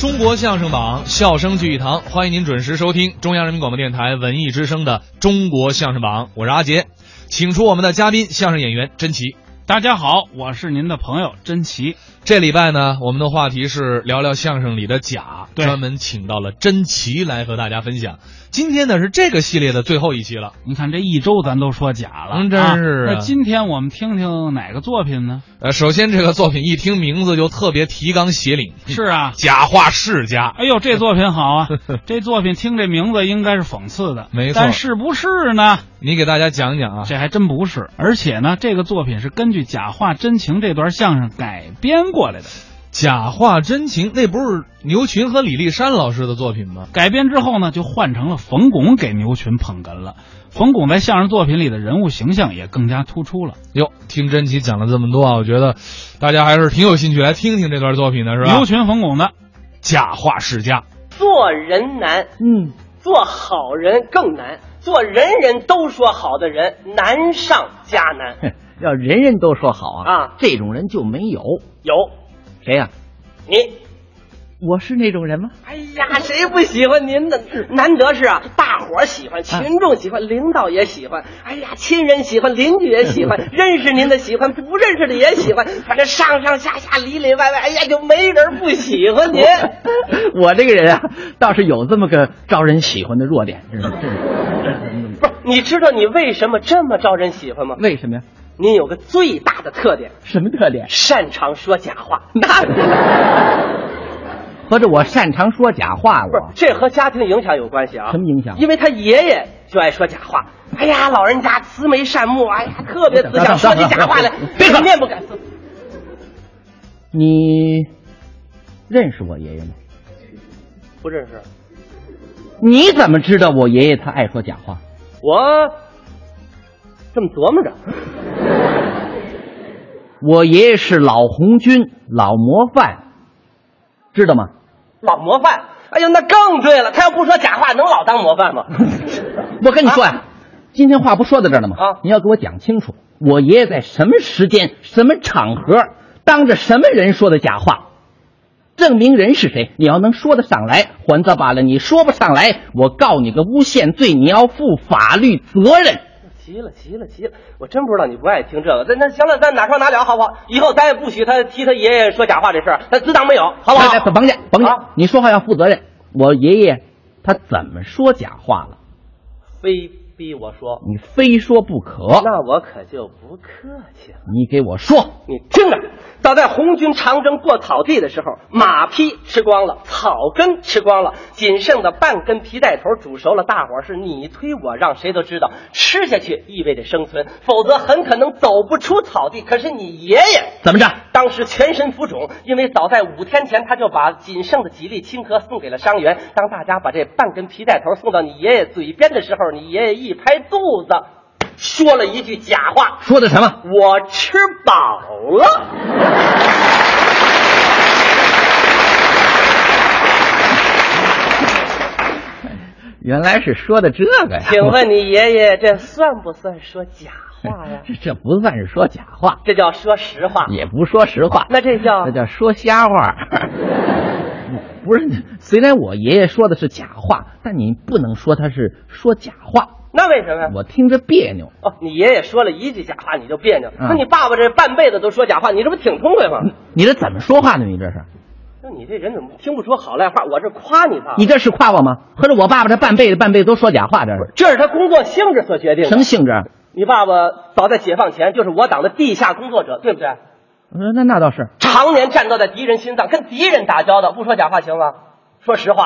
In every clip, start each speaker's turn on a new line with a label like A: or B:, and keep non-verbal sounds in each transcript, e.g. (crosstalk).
A: 中国相声榜，笑声聚一堂，欢迎您准时收听中央人民广播电台文艺之声的《中国相声榜》，我是阿杰，请出我们的嘉宾，相声演员甄奇。
B: 大家好，我是您的朋友甄奇。
A: 这礼拜呢，我们的话题是聊聊相声里的假，
B: 对
A: 专门请到了甄奇来和大家分享。今天呢是这个系列的最后一期了，
B: 你看这一周咱都说假了，
A: 嗯真是啊
B: 那今天我们听听哪个作品呢？
A: 呃，首先这个作品一听名字就特别提纲挈领，
B: 是啊，
A: 假话世家，
B: 哎呦，这作品好
A: (laughs)
B: 啊！这作品听这名字应该是讽刺的，
A: 没错
B: 但是不是呢？
A: 你给大家讲讲啊。
B: 这还真不是。而且呢，这个作品是根据假话真情这段相声改编过来的。
A: 假话真情，那不是牛群和李立山老师的作品吗？
B: 改编之后呢，就换成了冯巩给牛群捧哏了。冯巩在相声作品里的人物形象也更加突出了，
A: 哟，听甄奇讲了这么多啊，我觉得大家还是挺有兴趣来听听这段作品的，是吧？
B: 牛群冯巩的。
A: 假话世家，
C: 做人难，
B: 嗯，
C: 做好人更难。做人人都说好的人，难上加难。
D: 哼要人人都说好啊，
C: 啊
D: 这种人就没有
C: 有
D: 谁呀、
C: 你，
D: 我是那种人吗？
C: 哎 (laughs) 呀，谁不喜欢您呢？难得是啊，大伙儿喜欢，群众喜欢，领导也喜欢。哎呀，亲人喜欢，邻居也喜欢， (laughs) 认识您的喜欢，不认识的也喜欢。反正上上下下里里外外，哎呀，就没人不喜欢 (laughs) 您。
D: (laughs) 我这个人啊，倒是有这么个招人喜欢的弱点，知 (laughs) 道吗？这是
C: 不是，你知道你为什么这么招人喜欢吗？
D: 为什么呀？
C: 您有个最大的特点，
D: 什么特点？
C: 擅长说假话。
D: 合着我擅长说假话，
C: 不是
D: 我，
C: 这和家庭影响有关系啊。
D: 什么影响
C: 因为他爷爷就爱说假话。哎呀，老人家慈眉善目，哎呀，特别慈祥，说起假话来，
D: 别说
C: 面不改色。
D: 你认识我爷爷吗？
C: 不认识
D: 你怎么知道我爷爷他爱说假话？
C: 我，这么琢磨着，
D: 我爷爷是老红军，老模范，知道吗？
C: 老模范。哎呦，那更对了，他要不说假话，能老当模范吗？
D: 我跟你说呀、啊今天话不说到这儿了吗？
C: 啊
D: 你要给我讲清楚，我爷爷在什么时间、什么场合、当着什么人说的假话，证明人是谁。你要能说得上来，还则罢了；你说不上来，我告你个诬陷罪，你要负法律责任。
C: 急了，急了，急了！我真不知道你不爱听这个。那那行了，咱哪说哪了，好不好？以后咱也不许他提他爷爷说假话这事儿，咱自当没有，好不好？
D: 来来甭介，甭介，
C: 啊
D: 你说话要负责任。我爷爷他怎么说假话了？
C: 非逼我说，
D: 你非说不可。
C: 那我可就不客气了。
D: 你给我说，
C: 你听着，早在红军长征过草地的时候，马匹吃光了，草根吃光了，仅剩的半根皮带头煮熟了。大伙儿是你推我让，谁都知道，吃下去意味着生存，否则很可能走不出草地。可是你爷爷。
D: 怎么着？
C: 当时全身浮肿，因为早在五天前他就把仅剩的几粒青稞送给了伤员。当大家把这半根皮带头送到你爷爷嘴边的时候，你爷爷一拍肚子，说了一句假话
D: 说的什么？：“
C: 我吃饱了。”
D: 原来是说的这个呀。
C: 请问你爷爷这算不算说假话
D: (laughs)
C: 呀？
D: 这这不算是说假话，
C: 这叫说实话。
D: 也不说实话，
C: 那这叫
D: 嗯那叫说瞎话。 (laughs) 不是，虽然我爷爷说的是假话，但你不能说他是说假话，
C: 那为什么呀？
D: 我听着别扭。
C: 哦，你爷爷说了一句假话你就别扭，
D: 嗯
C: 那你爸爸这半辈子都说假话，你这不挺痛快吗？
D: 你你这怎么说话呢？你这是，
C: 那你这人怎么听不出好赖话？我这夸你爸爸，
D: 你这是夸我吗？合着我爸爸这半辈子半辈子都说假话，这是
C: 这是他工作性质所决定的。
D: 什么？性质？啊
C: 你爸爸早在解放前就是我党的地下工作者，对不对？
D: 我说那那倒是，
C: 常年战斗在敌人心脏，跟敌人打交道，不说假话行吗？说实话，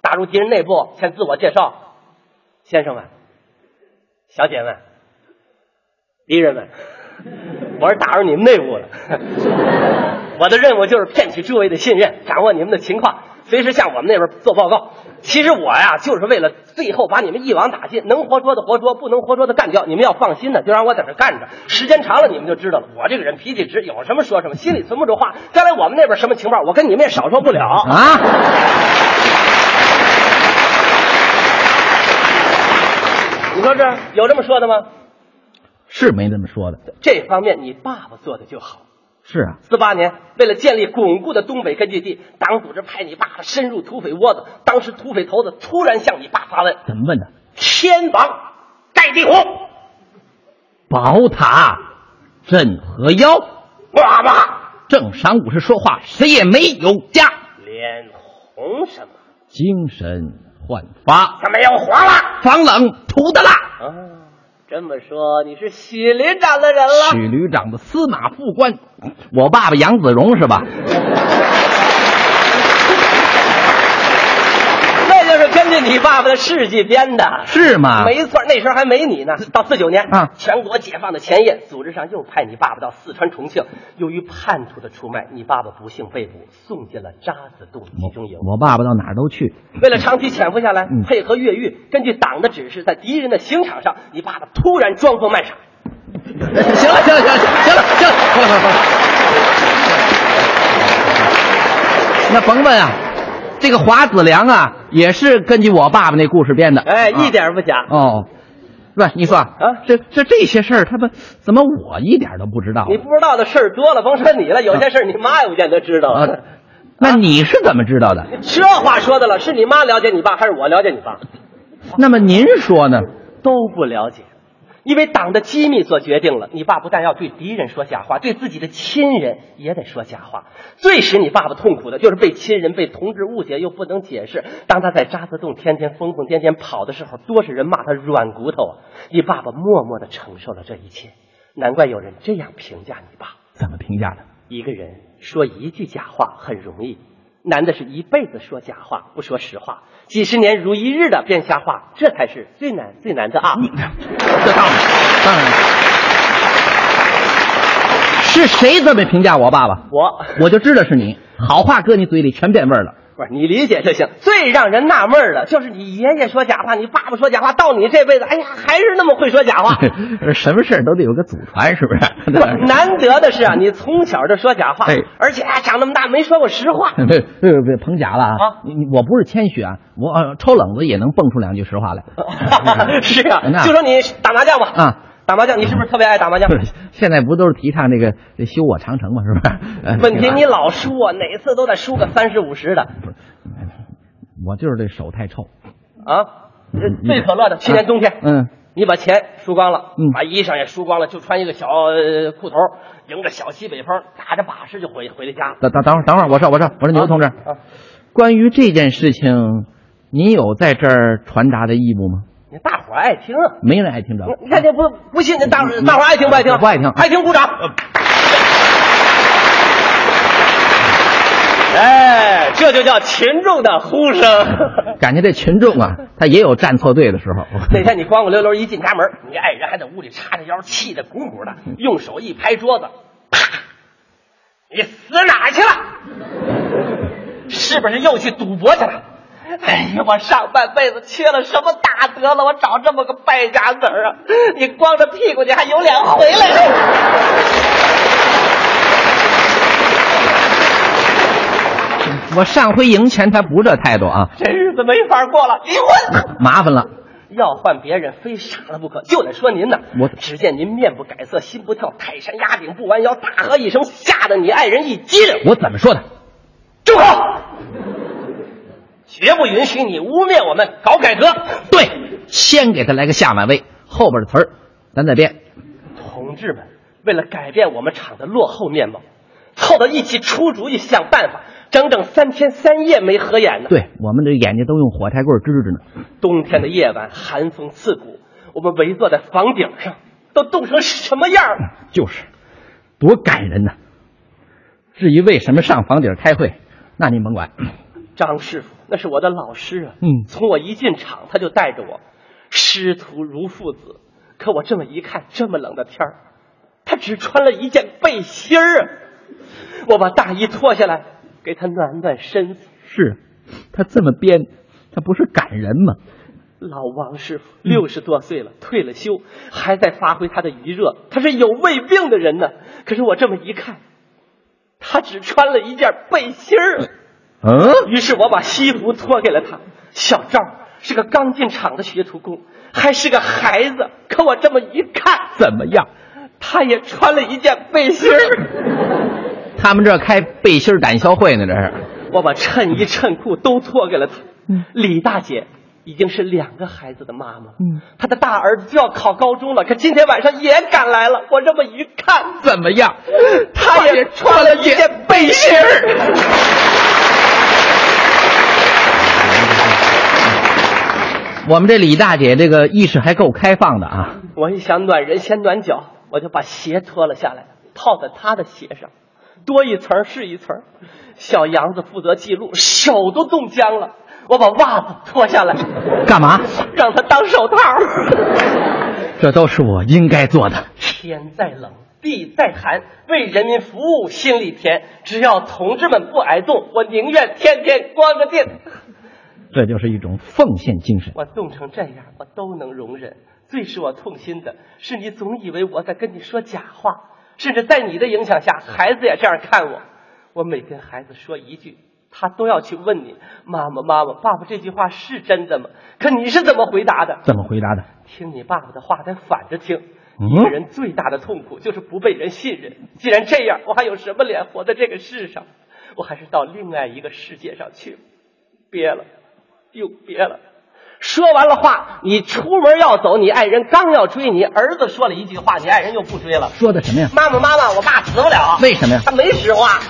C: 打入敌人内部，先自我介绍，先生们、小姐们、敌人们，我是打入你们内部了。我的任务就是骗取诸位的信任，掌握你们的情况，随时向我们那边做报告。其实我呀，就是为了最后把你们一网打尽，能活捉的活捉，不能活捉的干掉。你们要放心的，就让我在这干着，时间长了你们就知道了。我这个人脾气直，有什么说什么，心里存不住话。将来我们那边什么情报，我跟你们也少说不了。
D: 啊，
C: 你说这有这么说的吗？
D: 是没这么说的。
C: 这方面你爸爸做的就好，
D: 是啊，
C: 四八年，为了建立巩固的东北根据地，党组织派你爸深入土匪窝子。当时土匪头子突然向你爸发问
D: 怎么问的？：“
C: 天王盖地虎，
D: 宝塔镇河妖，
C: 哇哇，
D: 正晌午时说话，谁也没有家，
C: 脸红什么？
D: 精神焕发，
C: 怎么又黄了
D: 防冷涂的蜡。？”
C: 啊，这么说你是许连长的人了？
D: 许旅长的司马副官，我爸爸杨子荣是吧？
C: 这就是根据你爸爸的事迹编的。
D: 是吗？
C: 没错，那时候还没你呢。到四九年，
D: 啊
C: 全国解放的前夜，组织上又派你爸爸到四川重庆。由于叛徒的出卖，你爸爸不幸被捕，送进了渣滓洞集中营。
D: 我爸爸到哪儿都去，
C: 为了长期潜伏下来，
D: 嗯
C: 配合越狱，根据党的指示，在敌人的刑场上，你爸爸突然装疯卖傻。
D: 行了行了行了行了行了行了，好了好了好了。那甭问啊，这个华子良啊，也是根据我爸爸那故事编的。
C: 哎，
D: 啊
C: 一点不假。
D: 哦，不，你说啊
C: 啊，
D: 这这这些事儿，他们怎么我一点都不知道啊
C: 你不知道的事儿多了，甭说你了，有些事儿你妈也不见得知道。
D: 啊？那你是怎么知道的？
C: 这话说的了，是你妈了解你爸，还是我了解你爸？
D: 那么您说呢？
C: 都不了解，因为党的机密所决定了，你爸不但要对敌人说瞎话，对自己的亲人也得说瞎话。最使你爸爸痛苦的就是被亲人、被同志误解又不能解释。当他在渣滓洞天天疯疯癫癫跑的时候，多少人骂他软骨头啊！你爸爸默默的承受了这一切，难怪有人这样评价你爸：
D: 怎么评价的？
C: 一个人说一句假话很容易。难的是一辈子说假话，不说实话，几十年如一日的编瞎话，这才是最难最难的啊！
D: 这当然，当然。是谁这么评价我爸爸？
C: 我
D: 我就知道是你。好话搁你嘴里全变味儿了。
C: 不是你理解就行。最让人纳闷儿的就是你爷爷说假话，你爸爸说假话，到你这辈子，哎呀，还是那么会说假话。
D: (laughs) 什么事儿都得有个祖传，是不 (laughs) 是？
C: 不是难得的是啊，你从小就说假话
D: 哎，
C: 而且啊，长那么大没说过实话。
D: 别别呃别捧假了
C: 啊
D: 你你我不是谦虚啊，我呃抽冷子也能蹦出两句实
C: (laughs)
D: 话来。 (laughs)
C: 是啊
D: 嗯那，
C: 就说你打麻将吧，
D: 啊，
C: 打麻将，你是不是特别爱打麻将
D: 不？是，现在不都是提倡这个这修我长城嘛，是不是？呃
C: 问题你
D: 行吧
C: 老输啊，哪次都得输个三十五十的
D: (laughs) 我就是这手太臭。
C: 啊。呃最可乐的，去年冬天，
D: 嗯，
C: 你把钱输光了，
D: 嗯
C: 把衣裳也输光了，就穿一个小呃裤头，迎着小西北风，打着把式就回回了家。
D: 等等等会儿，等会儿，我说我说我说牛同志，
C: 啊，
D: 关于这件事情，您有在这儿传达的义务吗？
C: 你大伙儿爱听啊。
D: 没人爱听着。
C: 你看这不不信，这大伙
D: 嗯
C: 大伙儿爱听不爱听？
D: 不爱听嗯
C: 爱听鼓掌。哎，这就叫群众的呼声。
D: 感觉这群众啊，他也有站错队的时候。
C: 那天你光光溜溜一进家门，你爱人还在屋里叉着腰，气得鼓鼓的，用手一拍桌子，啪！你死哪儿去了？是不是又去赌博去了？哎呀，我上半辈子缺了什么大德了？我找这么个败家子儿啊！你光着屁股，你还有脸回来？
D: (laughs) 我上回赢钱他不这态度啊，
C: 这日子没法过了，离婚。
D: 麻烦了。
C: 要换别人，非杀了不可。就得说您呢，
D: 我
C: 只见您面不改色，心不跳，泰山压顶不弯腰，大喝一声，吓得你爱人一激灵。
D: 我怎么说的？
C: 住口！绝不允许你污蔑我们搞改革。
D: 对，先给他来个下马威，后边的词儿咱再编。
C: 同志们，为了改变我们厂的落后面貌，凑到一起出主意、想办法，整整三天三夜没合眼呢。
D: 对我们这眼睛都用火柴棍支着呢。
C: 冬天的夜晚，寒风刺骨，我们围坐在房顶上，都冻成什么样了？
D: 就是，多感人呐、至于为什么上房顶开会，那您甭管。
C: 张师傅那是我的老师啊，
D: 嗯
C: 从我一进厂他就带着我，师徒如父子。可我这么一看，这么冷的天儿，他只穿了一件背心儿啊！我把大衣脱下来给他暖暖身子。
D: 是，他这么编，他不是感人吗？
C: 老王师傅六十多岁了，退了休，还在发挥他的余热。他是有胃病的人呢。可是我这么一看，他只穿了一件背心儿啊。
D: 嗯，
C: 于是我把西服脱给了他。小赵是个刚进厂的学徒工，还是个孩子。可我这么一看，
D: 怎么样？
C: 嗯他也穿了一件背心儿。
D: 他们这开背心儿胆销会呢，这是。
C: 我把衬衣衬裤都脱给了她。李大姐已经是两个孩子的妈妈了，她的大儿子就要考高中了，可今天晚上也赶来了。我这么一看，
D: 怎么样？
C: 她也穿了一件背心儿。
D: 我们这李大姐这个意识还够开放的啊！
C: 我一想暖人先暖脚，我就把鞋脱了下来，套在她的鞋上，多一层是一层。小杨子负责记录，手都冻僵了。我把袜子脱下来，
D: 干嘛？
C: 让他当手套。
D: 这都是我应该做的。
C: 天再冷，地再寒，为人民服务心里甜。只要同志们不挨冻，我宁愿天天光着腚。
D: 这就是一种奉献精神。
C: 我冻成这样，我都能容忍。最使我痛心的是，你总以为我在跟你说假话，甚至在你的影响下，孩子也这样看我。我每跟孩子说一句，他都要去问你：“妈妈，妈妈，爸爸这句话是真的吗？”可你是怎么回答的？
D: 怎么回答的？
C: 听你爸爸的话，得反着听。
D: 嗯
C: 一个人最大的痛苦就是不被人信任。既然这样，我还有什么脸活在这个世上？我还是到另外一个世界上去吧。憋了，又憋了。说完了话，你出门要走，你爱人刚要追你，儿子说了一句话，你爱人又不追了。
D: 说的什么呀？
C: 妈妈，妈妈，我爸死不了。
D: 为什么呀？
C: 他没实话。